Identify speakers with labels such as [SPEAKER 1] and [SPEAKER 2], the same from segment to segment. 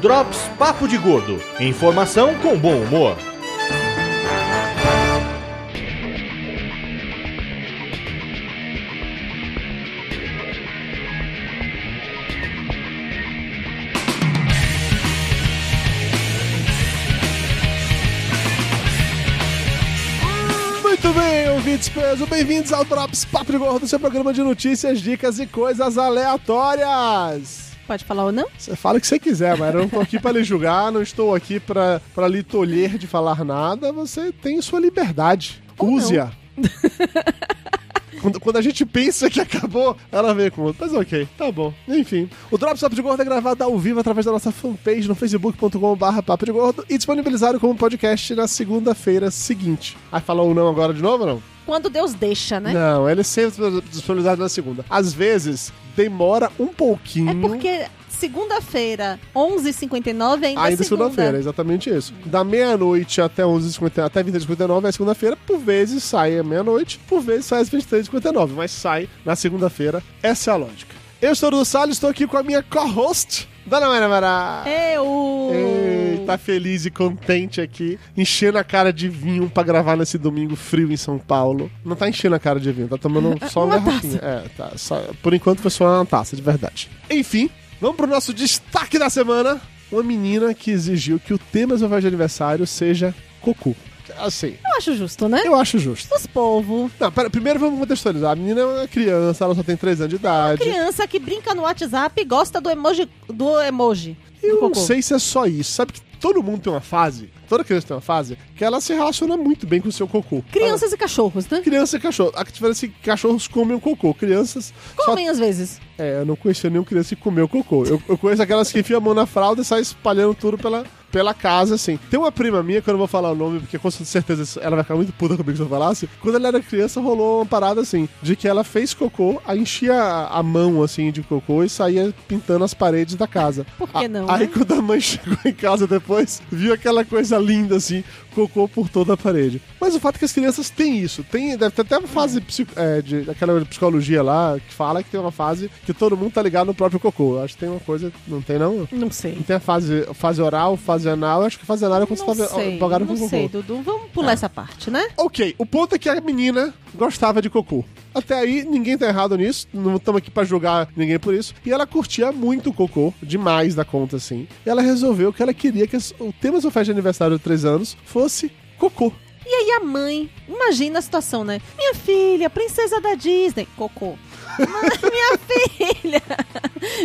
[SPEAKER 1] Drops Papo de Gordo. Informação com bom humor.
[SPEAKER 2] Muito bem, ouvintes, peso, bem-vindos ao Drops Papo de Gordo, seu programa de notícias, dicas e coisas aleatórias.
[SPEAKER 3] Pode falar ou não?
[SPEAKER 2] Você fala o que você quiser, mas eu não tô aqui pra lhe julgar, não estou aqui pra, pra lhe tolher de falar nada. Você tem sua liberdade.
[SPEAKER 3] Ou não.
[SPEAKER 2] Use-a. Quando, quando a gente pensa que acabou, ela vem com outro. Mas ok, tá bom. Enfim. O Drops Papo de Gordo é gravado ao vivo através da nossa fanpage no facebook.com.br Papo de Gordo e disponibilizado como podcast na segunda-feira seguinte. Aí falou um não agora de novo ou não?
[SPEAKER 3] Quando Deus deixa, né?
[SPEAKER 2] Não, ele é sempre disponibilizado na segunda. Às vezes, demora um pouquinho.
[SPEAKER 3] É porque segunda-feira, 11h59 ainda,
[SPEAKER 2] Ainda
[SPEAKER 3] é segunda.
[SPEAKER 2] segunda-feira, exatamente isso. Da meia-noite até 11h59, até 23h59 é segunda-feira, por vezes sai à meia-noite, por vezes sai às 23h59, mas sai na segunda-feira. Essa é a lógica. Eu sou o Dudu Salles, estou aqui com a minha co-host, Dona Maria Mara.
[SPEAKER 3] Eu!
[SPEAKER 2] Ei, tá feliz e contente aqui, enchendo a cara de vinho pra gravar nesse domingo frio em São Paulo. Não tá enchendo a cara de vinho, tá tomando só uma,
[SPEAKER 3] Uma
[SPEAKER 2] garrafinha. É, tá, só- por enquanto foi só uma taça, de verdade. Enfim, vamos pro nosso destaque da semana. Uma menina que exigiu que o tema do seu festa de aniversário seja cocô. Assim,
[SPEAKER 3] Eu acho justo, né?
[SPEAKER 2] eu acho justo.
[SPEAKER 3] Os povo,
[SPEAKER 2] Não, pera, primeiro vamos contextualizar. A menina é uma criança, ela só tem 3 anos de idade.
[SPEAKER 3] criança que brinca no WhatsApp e gosta do emoji. Do emoji.
[SPEAKER 2] Eu
[SPEAKER 3] do
[SPEAKER 2] não
[SPEAKER 3] cocô.
[SPEAKER 2] sei se é só isso. Sabe que todo mundo tem uma fase, toda criança tem uma fase, que ela se relaciona muito bem com o seu cocô.
[SPEAKER 3] Crianças e cachorros, né?
[SPEAKER 2] Ah, Criança e cachorro. A diferença é que cachorros comem o cocô. Crianças. Só...
[SPEAKER 3] Comem às vezes.
[SPEAKER 2] É, eu não conhecia nenhum criança que comeu cocô. Eu, eu conheço aquelas que enfiam a mão na fralda e saem espalhando tudo pela, pela casa, assim. Tem uma prima minha, que eu não vou falar o nome, porque com certeza isso- ela vai ficar muito puta comigo se eu falasse. Quando ela era criança, rolou uma parada assim, de que ela fez cocô, aí enchia a a mão, assim, de cocô e saía pintando as paredes da casa.
[SPEAKER 3] Por que
[SPEAKER 2] A-
[SPEAKER 3] não,
[SPEAKER 2] Aí
[SPEAKER 3] né?
[SPEAKER 2] quando a mãe chegou em casa depois, viu aquela coisa linda assim, cocô por toda a parede. Mas o fato é que as crianças têm isso. Tem, deve ter até uma fase psico- é, de, aquela psicologia lá que fala que tem uma fase que todo mundo tá ligado no próprio cocô. Eu Acho que tem uma coisa. Não tem, não?
[SPEAKER 3] Não sei.
[SPEAKER 2] Não tem a fase, fase oral, fase anal. Eu acho que a fase anal é quando
[SPEAKER 3] não
[SPEAKER 2] você tá
[SPEAKER 3] sei,
[SPEAKER 2] empolgado com
[SPEAKER 3] não
[SPEAKER 2] o cocô. Ah.
[SPEAKER 3] sei, Dudu. Vamos pular essa parte, né?
[SPEAKER 2] Ok, o ponto é que a menina gostava de cocô. Até aí, ninguém tá errado nisso, não estamos aqui pra julgar ninguém por isso. E ela curtia muito o cocô, demais da conta, assim. E ela resolveu que ela queria que as- o tema da sua festa de aniversário de 3 anos fosse cocô.
[SPEAKER 3] E aí a mãe, imagina a situação, né? Minha filha, princesa da Disney, cocô. Mas Minha filha,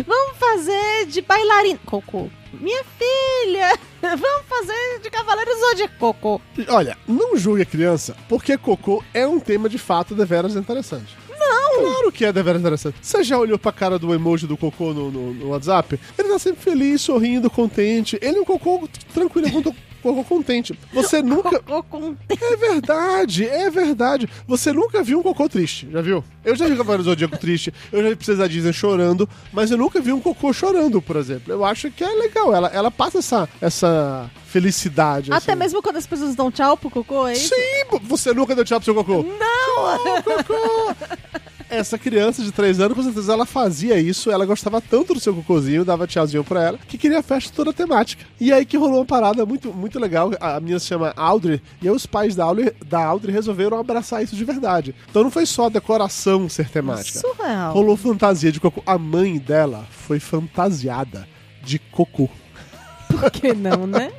[SPEAKER 3] vamos fazer de bailarina, cocô. Minha filha, vamos fazer de cavaleiro zodíaco, cocô.
[SPEAKER 2] E, Olha, não julgue a criança, porque cocô é um tema de fato deveras interessante. Não! Claro que é deveras interessante. Você já olhou pra cara do emoji do cocô no, no- no WhatsApp? Ele tá sempre feliz, sorrindo, contente. Ele é um cocô tranquilo, é um co- cocô contente. Você nunca.
[SPEAKER 3] Cocô com...
[SPEAKER 2] É verdade, é verdade. Você nunca viu um cocô triste, já viu? Eu já vi Cavaleiro do Zodíaco triste, eu já vi Princesa Disney chorando, mas eu nunca vi um cocô chorando, por exemplo. Eu acho que é legal, ela, ela passa essa, essa felicidade.
[SPEAKER 3] Até
[SPEAKER 2] assim.
[SPEAKER 3] mesmo quando as pessoas dão tchau pro cocô, é isso?
[SPEAKER 2] Sim, bo- você nunca deu tchau pro seu cocô. Não! cocô! Essa criança de 3 anos, com certeza, ela fazia isso, ela gostava tanto do seu cocôzinho, dava tchauzinho pra ela, que queria a festa toda temática. E aí que rolou uma parada muito, muito legal, a a menina se chama Audrey, e aí os pais da Audrey, da Audrey resolveram abraçar isso de verdade. Então não foi só a decoração ser temática.
[SPEAKER 3] Surreal.
[SPEAKER 2] Rolou fantasia de cocô. A mãe dela foi fantasiada de cocô.
[SPEAKER 3] Por que não, né?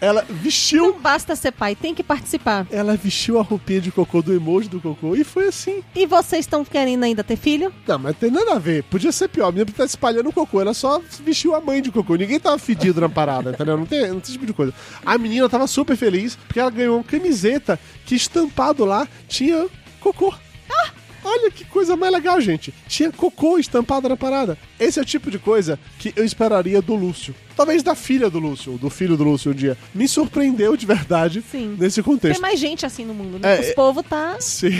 [SPEAKER 2] Ela vestiu
[SPEAKER 3] Não basta ser pai, tem que participar.
[SPEAKER 2] Ela vestiu a roupinha de cocô do emoji do cocô e foi assim.
[SPEAKER 3] E vocês estão querendo ainda ter filho?
[SPEAKER 2] Não, mas tem nada a ver. Podia ser pior. A menina tá espalhando o cocô. Ela só vestiu a mãe de cocô. Ninguém tava fedido na parada, entendeu? Não tem, não tem esse tipo de coisa. A menina tava super feliz porque ela ganhou uma camiseta que estampado lá tinha cocô.
[SPEAKER 3] Ah!
[SPEAKER 2] Olha que coisa mais legal, gente. Tinha cocô estampado na parada. Esse é o tipo de coisa que eu esperaria do Lúcio. Talvez da filha do Lúcio, do filho do Lúcio um dia. Me surpreendeu de verdade
[SPEAKER 3] Sim.
[SPEAKER 2] nesse contexto.
[SPEAKER 3] Tem mais gente assim no mundo, né?
[SPEAKER 2] É,
[SPEAKER 3] Os
[SPEAKER 2] é-
[SPEAKER 3] povo tá...
[SPEAKER 2] Sim.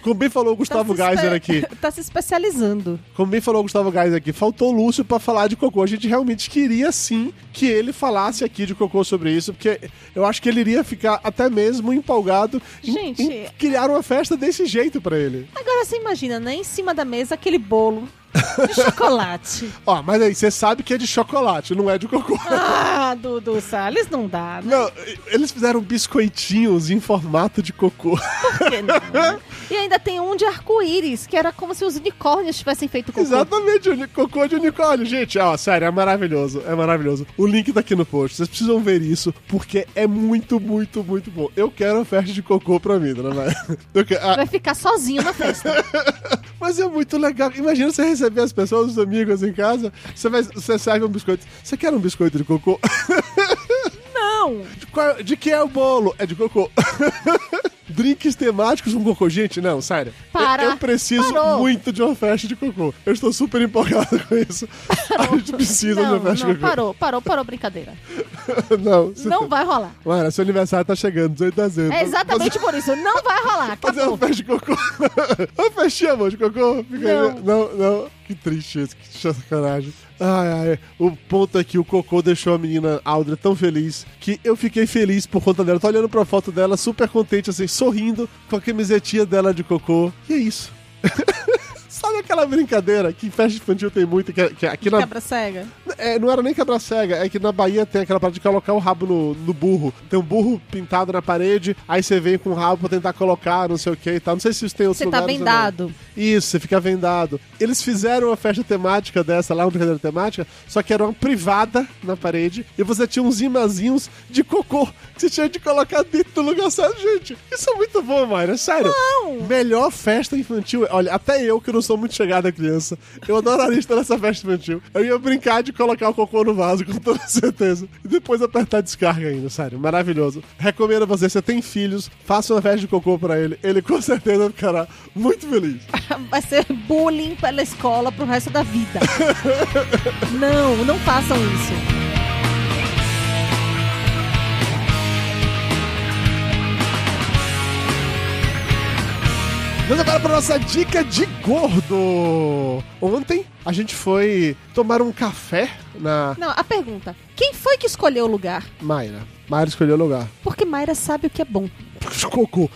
[SPEAKER 2] Como bem falou o Gustavo
[SPEAKER 3] tá se espe-
[SPEAKER 2] Geiser aqui.
[SPEAKER 3] Tá se especializando.
[SPEAKER 2] Como bem falou o Gustavo Geiser aqui, faltou o Lúcio pra falar de cocô. A gente realmente queria sim que ele falasse aqui de cocô sobre isso, porque eu acho que ele iria ficar até mesmo empolgado em,
[SPEAKER 3] Gente.
[SPEAKER 2] em criar uma festa desse jeito pra ele.
[SPEAKER 3] Agora você imagina, né? Em cima da mesa, aquele bolo De chocolate.
[SPEAKER 2] Ó, mas aí você sabe que é de chocolate, não é de cocô.
[SPEAKER 3] Ah, Dudu Salles, não dá, né?
[SPEAKER 2] Não, eles fizeram biscoitinhos em formato de cocô.
[SPEAKER 3] Por que não? né? E ainda tem um de arco-íris, que era como se os unicórnios tivessem feito cocô.
[SPEAKER 2] Exatamente, uni- cocô de unicórnio. Gente, ó, sério, é maravilhoso, é maravilhoso. O link tá aqui no post, vocês precisam ver isso, porque é muito, muito, muito bom. Eu quero a festa de cocô pra mim, dona Maria. Eu quero- ah,
[SPEAKER 3] Vai ficar sozinho na festa.
[SPEAKER 2] Mas é muito legal. Imagina você receber as pessoas, os amigos em casa, você, vai, você serve um biscoito. Você quer um biscoito de cocô?
[SPEAKER 3] Não!
[SPEAKER 2] De, qual- de que é o bolo? É de cocô. Drinks temáticos com cocô. Gente, não, sério. Eu-
[SPEAKER 3] Para.
[SPEAKER 2] Eu, preciso
[SPEAKER 3] Parou.
[SPEAKER 2] muito de uma festa de cocô. Eu estou super empolgado com isso. A gente precisa de
[SPEAKER 3] Não,
[SPEAKER 2] uma festa
[SPEAKER 3] não,
[SPEAKER 2] de cocô.
[SPEAKER 3] parou, parou, parou, brincadeira.
[SPEAKER 2] não, você-
[SPEAKER 3] Não vai rolar.
[SPEAKER 2] Mano, seu aniversário tá chegando, 18 de dezembro.
[SPEAKER 3] É exatamente por isso, não vai rolar.
[SPEAKER 2] Fazer uma
[SPEAKER 3] Acabou.
[SPEAKER 2] festa de cocô. uma festinha, amor, de cocô. Fica-
[SPEAKER 3] Não.
[SPEAKER 2] não, não. Que triste isso, que sacanagem. Ai, ai. O ponto é que o cocô deixou a menina Aldra tão feliz que eu fiquei feliz por conta dela. Tô olhando pra foto dela, super contente, assim, sorrindo, com a camisetinha dela de cocô. E é isso. Sabe aquela brincadeira que em festa infantil tem muito, que, que aqui na,
[SPEAKER 3] Quebra cega.
[SPEAKER 2] é, não era nem quebra cega, é que na Bahia tem aquela parada de colocar o rabo no, no burro. Tem um burro pintado na parede, aí você vem com o rabo pra tentar colocar, não sei o que e tal. Não sei se isso tem outros
[SPEAKER 3] Você tá
[SPEAKER 2] lugares ou não.
[SPEAKER 3] vendado.
[SPEAKER 2] Isso, você fica vendado. Eles fizeram uma festa temática dessa lá, uma brincadeira temática, só que era uma privada na parede e você tinha uns imazinhos de cocô que você tinha de colocar dentro do lugar certo. Gente, isso é muito bom, Mayra, sério. Não! Melhor festa infantil. Olha, até eu que não sou muito chegada à criança, eu adoraria estar nessa festa infantil. Eu ia brincar de colocar o cocô no vaso, com toda certeza. E depois apertar a descarga ainda, sério. Maravilhoso. Recomendo a você, se você tem filhos, faça uma festa de cocô pra ele. Ele com certeza ficará muito feliz.
[SPEAKER 3] Vai ser bullying pela escola pro resto da vida. não, não façam isso.
[SPEAKER 2] Vamos agora para nossa dica de gordo. Ontem a gente foi tomar um café na
[SPEAKER 3] Não, a pergunta: quem foi que escolheu o lugar?
[SPEAKER 2] Mayra. Mayra escolheu o lugar.
[SPEAKER 3] Porque Mayra sabe o que é bom.
[SPEAKER 2] Cocô.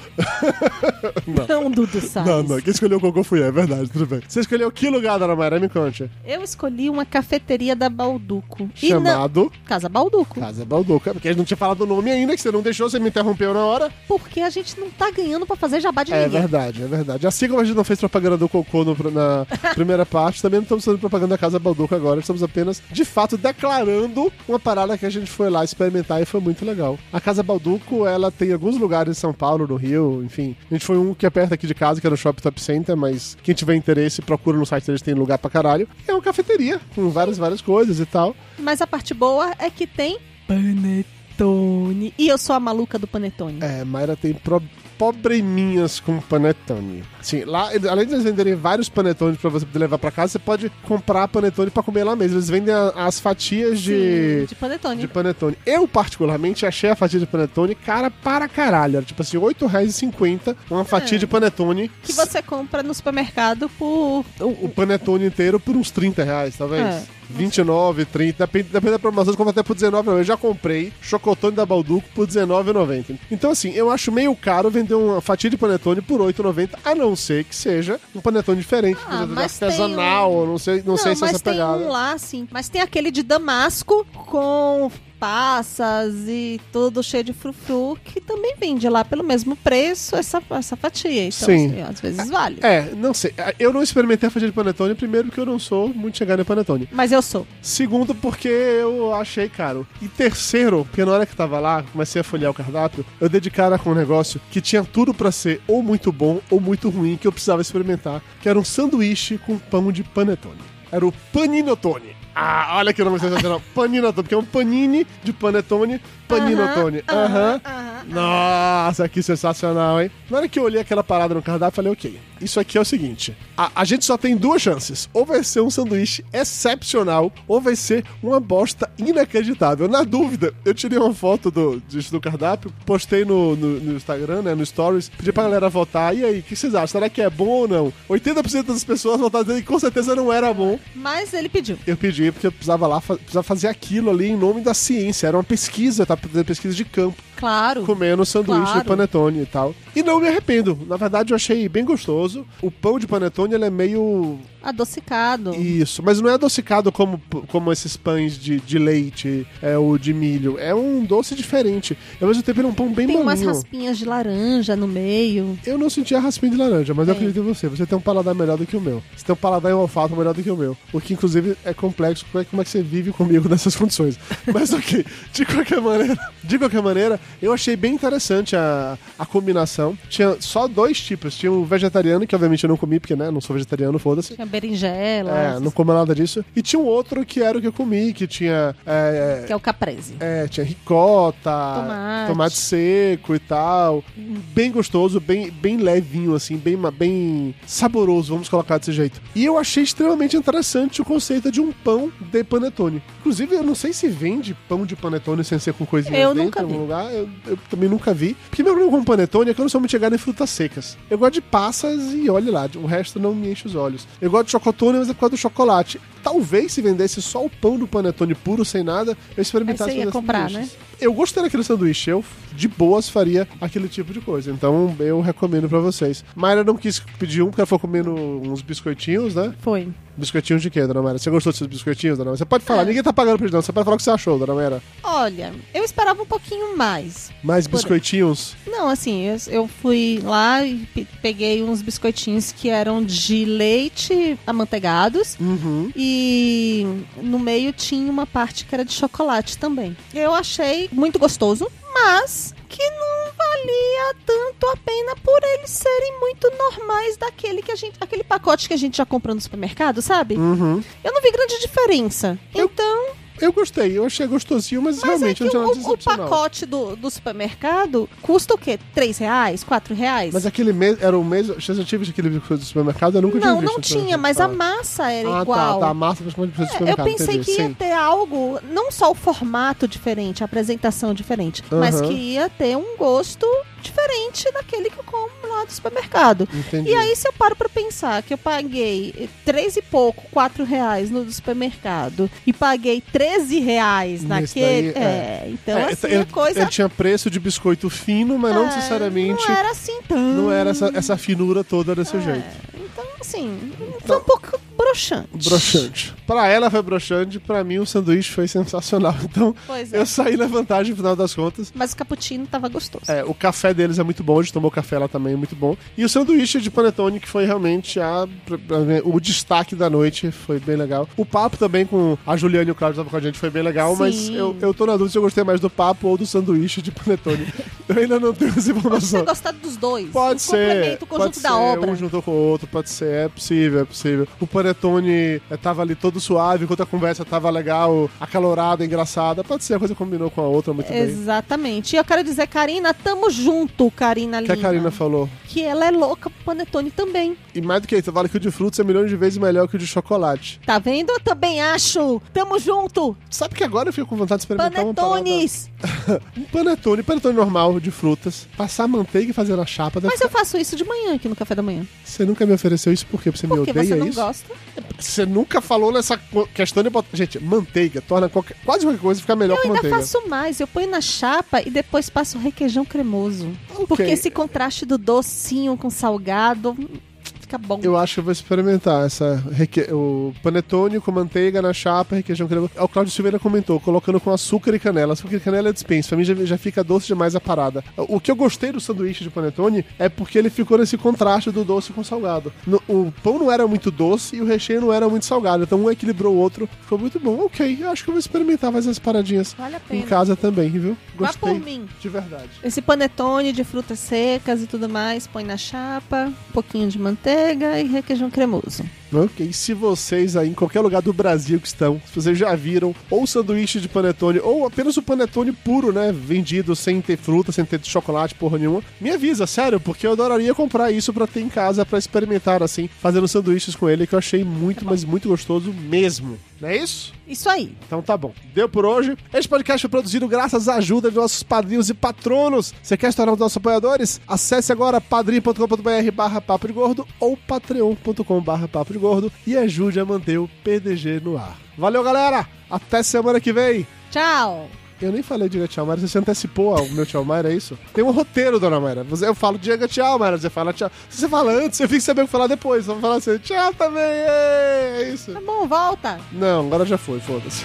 [SPEAKER 3] Não, Dudu Salles.
[SPEAKER 2] Não, não, quem escolheu o cocô fui eu, é verdade, tudo bem. Você escolheu que lugar, dona Mayra? Me conte.
[SPEAKER 3] Eu escolhi uma cafeteria da Balduco. E não-
[SPEAKER 2] Chamado
[SPEAKER 3] Casa Balduco.
[SPEAKER 2] Casa Balduca, porque a gente não tinha falado o nome ainda, que você não deixou, você me interrompeu na hora.
[SPEAKER 3] Porque a gente não tá ganhando pra fazer jabá de
[SPEAKER 2] É
[SPEAKER 3] ninguém.
[SPEAKER 2] verdade, é verdade. Assim como a gente não fez propaganda do cocô no- na primeira parte, também não estamos fazendo propaganda da Casa Balduca agora. Estamos apenas, de fato, declarando uma parada que a gente foi lá experimentar e foi muito legal. A Casa Balduco, ela tem alguns lugares em São Paulo, no Rio, enfim. A gente foi um que é perto aqui de casa, que era no Shopping Top Center, mas quem tiver interesse, procura no site deles, tem lugar pra caralho. É uma cafeteria, com várias, várias coisas e tal.
[SPEAKER 3] Mas a parte boa é que tem panetone. E eu sou a maluca do panetone.
[SPEAKER 2] É, Mayra tem pro probleminhas com panetone. Sim, lá, ele- além de eles venderem vários panetones pra você poder levar pra casa, você pode comprar panetone pra comer lá mesmo. Eles vendem a- as fatias de,
[SPEAKER 3] Sim, de panetone.
[SPEAKER 2] de panetone. Eu, particularmente, achei a fatia de panetone cara para caralho. Era tipo assim, R$ 8,50 uma fatia de panetone.
[SPEAKER 3] É. Que você compra no supermercado por.
[SPEAKER 2] O panetone inteiro por uns 30 reais, tá talvez.
[SPEAKER 3] É.
[SPEAKER 2] 29, 30, depende, depende da promoção, você compra até por 19 Eu já comprei chocotone da Balduco por 19,90. Então, assim, eu acho meio caro vender uma fatia de panetone por 8,90, a não ser que seja um panetone diferente,
[SPEAKER 3] Ah,
[SPEAKER 2] por exemplo,
[SPEAKER 3] mas tem
[SPEAKER 2] artesanal,
[SPEAKER 3] um-
[SPEAKER 2] eu não sei, não sei se é
[SPEAKER 3] mas
[SPEAKER 2] essa
[SPEAKER 3] tem
[SPEAKER 2] pegada.
[SPEAKER 3] um lá, sim. Mas tem aquele de Damasco com passas e tudo cheio de frufru, que também vende lá pelo mesmo preço essa, essa fatia. Então,
[SPEAKER 2] Sim.
[SPEAKER 3] assim, às vezes vale.
[SPEAKER 2] É, não sei. Eu não experimentei a fatia de panetone, primeiro porque eu não sou muito chegado em panetone.
[SPEAKER 3] Mas eu sou.
[SPEAKER 2] Segundo, porque eu achei caro. E terceiro, porque na hora que tava lá, comecei a folhear o cardápio, eu dei de cara com um negócio que tinha tudo pra ser ou muito bom ou muito ruim, que eu precisava experimentar, que era um sanduíche com pão de panetone. Era o paninotone. Ah, olha que nome sensacional. Paninotone, porque é um panini de panetone, paninotone.
[SPEAKER 3] Aham,
[SPEAKER 2] Aham.
[SPEAKER 3] aham, aham.
[SPEAKER 2] Nossa, que sensacional, hein? Na hora que eu olhei aquela parada no cardápio, eu falei, ok, isso aqui é o seguinte: a, a gente só tem duas chances. Ou vai ser um sanduíche excepcional, ou vai ser uma bosta inacreditável. Na dúvida, eu tirei uma foto do, disso do cardápio, postei no, no- no Instagram, né? No Stories, pedi pra galera votar. E aí, o que vocês acham? Será que é bom ou não? 80% das pessoas votaram dizendo que com certeza não era bom.
[SPEAKER 3] Mas ele pediu.
[SPEAKER 2] Eu pedi porque eu precisava lá, fa- precisava fazer aquilo ali em nome da ciência. Era uma pesquisa, tá? Pesquisa de campo
[SPEAKER 3] Claro.
[SPEAKER 2] comendo sanduíche
[SPEAKER 3] Claro.
[SPEAKER 2] de panetone e tal. E não me arrependo. Na verdade, eu achei bem gostoso. O pão de panetone, ele é meio
[SPEAKER 3] Adocicado.
[SPEAKER 2] isso, mas não é adocicado como, como esses pães de, de leite é, ou de milho. É um doce diferente. Ao mesmo tempo, ele é um pão bem
[SPEAKER 3] Tem umas
[SPEAKER 2] molinho.
[SPEAKER 3] raspinhas de laranja no meio.
[SPEAKER 2] Eu não senti a raspinha de laranja, mas eu
[SPEAKER 3] É.
[SPEAKER 2] acredito em você. Você tem um paladar melhor do que o meu. Você tem um paladar em olfato melhor do que o meu. O que, inclusive, é complexo. Como é, como é que você vive comigo nessas condições? Mas ok, de qualquer maneira, de qualquer maneira, eu achei bem interessante a, a combinação. Tinha só dois tipos. Tinha o vegetariano, que obviamente eu não comi, porque, né, não sou vegetariano, foda-se.
[SPEAKER 3] Tinha berinjela.
[SPEAKER 2] É, não como nada disso. E tinha um outro que era o que eu comi, que tinha. É,
[SPEAKER 3] Que é o caprese.
[SPEAKER 2] é, tinha ricota,
[SPEAKER 3] Tomate.
[SPEAKER 2] tomate seco e tal. Bem gostoso, bem, bem levinho, assim, bem, ma- bem saboroso, vamos colocar desse jeito. E eu achei extremamente interessante o conceito de um pão de panetone. Inclusive, eu não sei se vende pão de panetone sem ser com coisinhas
[SPEAKER 3] Eu
[SPEAKER 2] dentro
[SPEAKER 3] nunca
[SPEAKER 2] em algum
[SPEAKER 3] vi.
[SPEAKER 2] lugar. Eu, eu também nunca vi. Porque meu problema com panetone é que eu não sou muito chegado em frutas secas. Eu gosto de passas e olhe lá, o resto não me enche os olhos. Eu gosto de chocotone, mas é por causa do chocolate. Talvez se vendesse só o pão do panetone puro, sem nada, eu experimentasse
[SPEAKER 3] É Aí você ia
[SPEAKER 2] fazer
[SPEAKER 3] comprar,
[SPEAKER 2] Então,
[SPEAKER 3] né?
[SPEAKER 2] sanduíches. Eu gostei daquele sanduíche, eu de boas faria aquele tipo de coisa. Então eu recomendo pra vocês. Mayra não quis pedir um, porque ela foi comendo uns biscoitinhos, né?
[SPEAKER 3] Foi.
[SPEAKER 2] Biscoitinhos de quê, dona Mayra? Você gostou desses biscoitinhos, dona Mayra? Você pode falar,
[SPEAKER 3] É.
[SPEAKER 2] ninguém tá pagando pra gente, não. Você pode falar o que você achou, dona Mayra.
[SPEAKER 3] Olha, eu esperava um pouquinho mais.
[SPEAKER 2] Mais
[SPEAKER 3] Por-
[SPEAKER 2] biscoitinhos?
[SPEAKER 3] Não, assim, eu, eu fui lá e pe- peguei uns biscoitinhos que eram de leite amanteigados.
[SPEAKER 2] Uhum.
[SPEAKER 3] E no meio tinha uma parte que era de chocolate também. Eu achei muito gostoso, mas que não valia tanto a pena por eles serem muito normais daquele que a gente, aquele pacote que a gente já comprou no supermercado, sabe?
[SPEAKER 2] Uhum.
[SPEAKER 3] Eu não vi grande diferença.
[SPEAKER 2] Eu-
[SPEAKER 3] Então,
[SPEAKER 2] Eu gostei, eu achei gostosinho, mas,
[SPEAKER 3] mas é
[SPEAKER 2] realmente
[SPEAKER 3] que
[SPEAKER 2] não tinha nada
[SPEAKER 3] o, o
[SPEAKER 2] excepcional.
[SPEAKER 3] pacote do, do supermercado custa o quê? Três reais? Quatro reais?
[SPEAKER 2] Mas aquele mês, era o mês, vocês já tive aquele biscoito do supermercado, eu nunca tinha
[SPEAKER 3] não,
[SPEAKER 2] visto.
[SPEAKER 3] não
[SPEAKER 2] esse biscoito.
[SPEAKER 3] tinha, mas a
[SPEAKER 2] Ah.
[SPEAKER 3] massa era
[SPEAKER 2] Ah,
[SPEAKER 3] igual.
[SPEAKER 2] tá, tá, a massa praticamente biscoito do
[SPEAKER 3] É, Eu
[SPEAKER 2] supermercado.
[SPEAKER 3] pensei
[SPEAKER 2] entendi,
[SPEAKER 3] que ia
[SPEAKER 2] sim.
[SPEAKER 3] ter algo, não só o formato diferente, a apresentação diferente, mas
[SPEAKER 2] Aham.
[SPEAKER 3] que ia ter um gosto diferente daquele que eu como lá do supermercado.
[SPEAKER 2] Entendi.
[SPEAKER 3] E aí, se eu paro pra pensar que eu paguei eh, três e pouco, quatro reais no do supermercado e paguei 13 reais
[SPEAKER 2] Nesse
[SPEAKER 3] naquele.
[SPEAKER 2] daí, é.
[SPEAKER 3] é. então
[SPEAKER 2] É,
[SPEAKER 3] assim,
[SPEAKER 2] eu-
[SPEAKER 3] a coisa
[SPEAKER 2] Ele tinha preço de biscoito fino, mas não
[SPEAKER 3] Ah,
[SPEAKER 2] necessariamente
[SPEAKER 3] não era assim tão.
[SPEAKER 2] não é- era essa, essa finura toda desse jeito.
[SPEAKER 3] Então, assim, foi um pouco broxante.
[SPEAKER 2] Broxante. Pra ela foi broxante, pra mim o sanduíche foi sensacional. Então
[SPEAKER 3] Pois é.
[SPEAKER 2] eu saí na vantagem no final das contas.
[SPEAKER 3] Mas o cappuccino tava gostoso.
[SPEAKER 2] É, o café deles é muito bom, a gente tomou café lá também, é muito bom. E o sanduíche de panetone, que foi realmente a- pra- pra mim, o destaque da noite, foi bem legal. O papo também com a Juliana e o Claudio que tava com a gente, foi bem legal, mas
[SPEAKER 3] Sim.
[SPEAKER 2] eu, eu tô na dúvida se eu gostei mais do papo ou do sanduíche de panetone. eu ainda não tenho essa
[SPEAKER 3] Você
[SPEAKER 2] informação.
[SPEAKER 3] gostar dos dois.
[SPEAKER 2] Pode
[SPEAKER 3] o
[SPEAKER 2] ser.
[SPEAKER 3] um Complemento, o
[SPEAKER 2] pode
[SPEAKER 3] conjunto
[SPEAKER 2] ser,
[SPEAKER 3] da obra.
[SPEAKER 2] Um juntou com o outro, pode ser, é possível, é possível. O Panetone eh, tava ali todo suave, enquanto a conversa tava legal, acalorada, engraçada. Pode ser, a coisa combinou com a outra muito bem.
[SPEAKER 3] Exatamente. E eu quero dizer, Karina, tamo junto, Karina
[SPEAKER 2] O que a
[SPEAKER 3] Lima.
[SPEAKER 2] Karina falou?
[SPEAKER 3] Que ela é louca pro panetone também.
[SPEAKER 2] E mais do que isso, vale que o de frutas é milhões de vezes melhor que o de chocolate.
[SPEAKER 3] Tá vendo? Eu também acho. Tamo junto.
[SPEAKER 2] Sabe que agora eu fico com vontade de experimentar uma
[SPEAKER 3] Panetones.
[SPEAKER 2] parada... Um panetone, panetone normal de frutas. Passar manteiga e fazer na chapa. deve
[SPEAKER 3] Mas eu faço isso de manhã aqui no café da manhã.
[SPEAKER 2] ficar- Você nunca me ofereceu isso porque você me
[SPEAKER 3] Porque
[SPEAKER 2] odeia
[SPEAKER 3] você não
[SPEAKER 2] isso?
[SPEAKER 3] gosta.
[SPEAKER 2] Você nunca falou nessa co- questão de botar... Gente, manteiga torna qualquer- quase qualquer coisa ficar melhor
[SPEAKER 3] Eu
[SPEAKER 2] com
[SPEAKER 3] ainda
[SPEAKER 2] manteiga.
[SPEAKER 3] faço mais. Eu ponho na chapa e depois passo requeijão cremoso.
[SPEAKER 2] Ok.
[SPEAKER 3] Porque esse contraste do docinho com salgado hum, fica bom.
[SPEAKER 2] Eu acho que eu vou experimentar essa reque- o panetone com manteiga na chapa, requeijão cremoso. O Claudio Silveira comentou, colocando com açúcar e canela. Açúcar e canela é dispensa, pra mim já, já fica doce demais a parada. O que eu gostei do sanduíche de panetone é porque ele ficou nesse contraste do doce com salgado. No- o pão não era muito doce e o recheio não era muito salgado, então um equilibrou o outro. Ficou muito bom. Ok, eu acho que eu vou experimentar mais essas paradinhas
[SPEAKER 3] Vale a
[SPEAKER 2] em
[SPEAKER 3] pena.
[SPEAKER 2] casa também, viu?
[SPEAKER 3] Vá
[SPEAKER 2] Gostei.
[SPEAKER 3] por mim.
[SPEAKER 2] De verdade.
[SPEAKER 3] Esse panetone de frutas secas e tudo mais, põe na chapa, um pouquinho de manteiga e requeijão cremoso.
[SPEAKER 2] Né? Ok, se vocês aí em qualquer lugar do Brasil que estão, se vocês já viram ou o sanduíche de panetone ou apenas o panetone puro, né, vendido sem ter fruta, sem ter chocolate, porra nenhuma, me avisa, sério, porque eu adoraria comprar isso pra ter em casa pra experimentar assim, fazendo sanduíches com ele que eu achei muito, mas muito gostoso mesmo. Não é isso?
[SPEAKER 3] Isso aí.
[SPEAKER 2] Então tá bom. Deu por hoje. Este podcast foi produzido graças à ajuda de nossos padrinhos e patronos. Você quer se tornar um dos nossos apoiadores? Acesse agora padrim.com.br barra papo de gordo ou patreon.com barra papo de gordo e ajude a manter o PDG no ar. Valeu, galera! Até semana que vem!
[SPEAKER 3] Tchau!
[SPEAKER 2] Eu nem falei Diga Tchau, Mayra. Você se antecipou ao meu Tchau, Mayra, é isso? Tem um roteiro, dona Mayra. Você- Eu falo Diga Tchau, Mayra. Você fala Tchau. Se você fala antes, eu fico sabendo o que falar depois. Eu vou falar assim, Tchau também. É é isso.
[SPEAKER 3] Tá bom, volta.
[SPEAKER 2] Não, agora já foi, foda-se.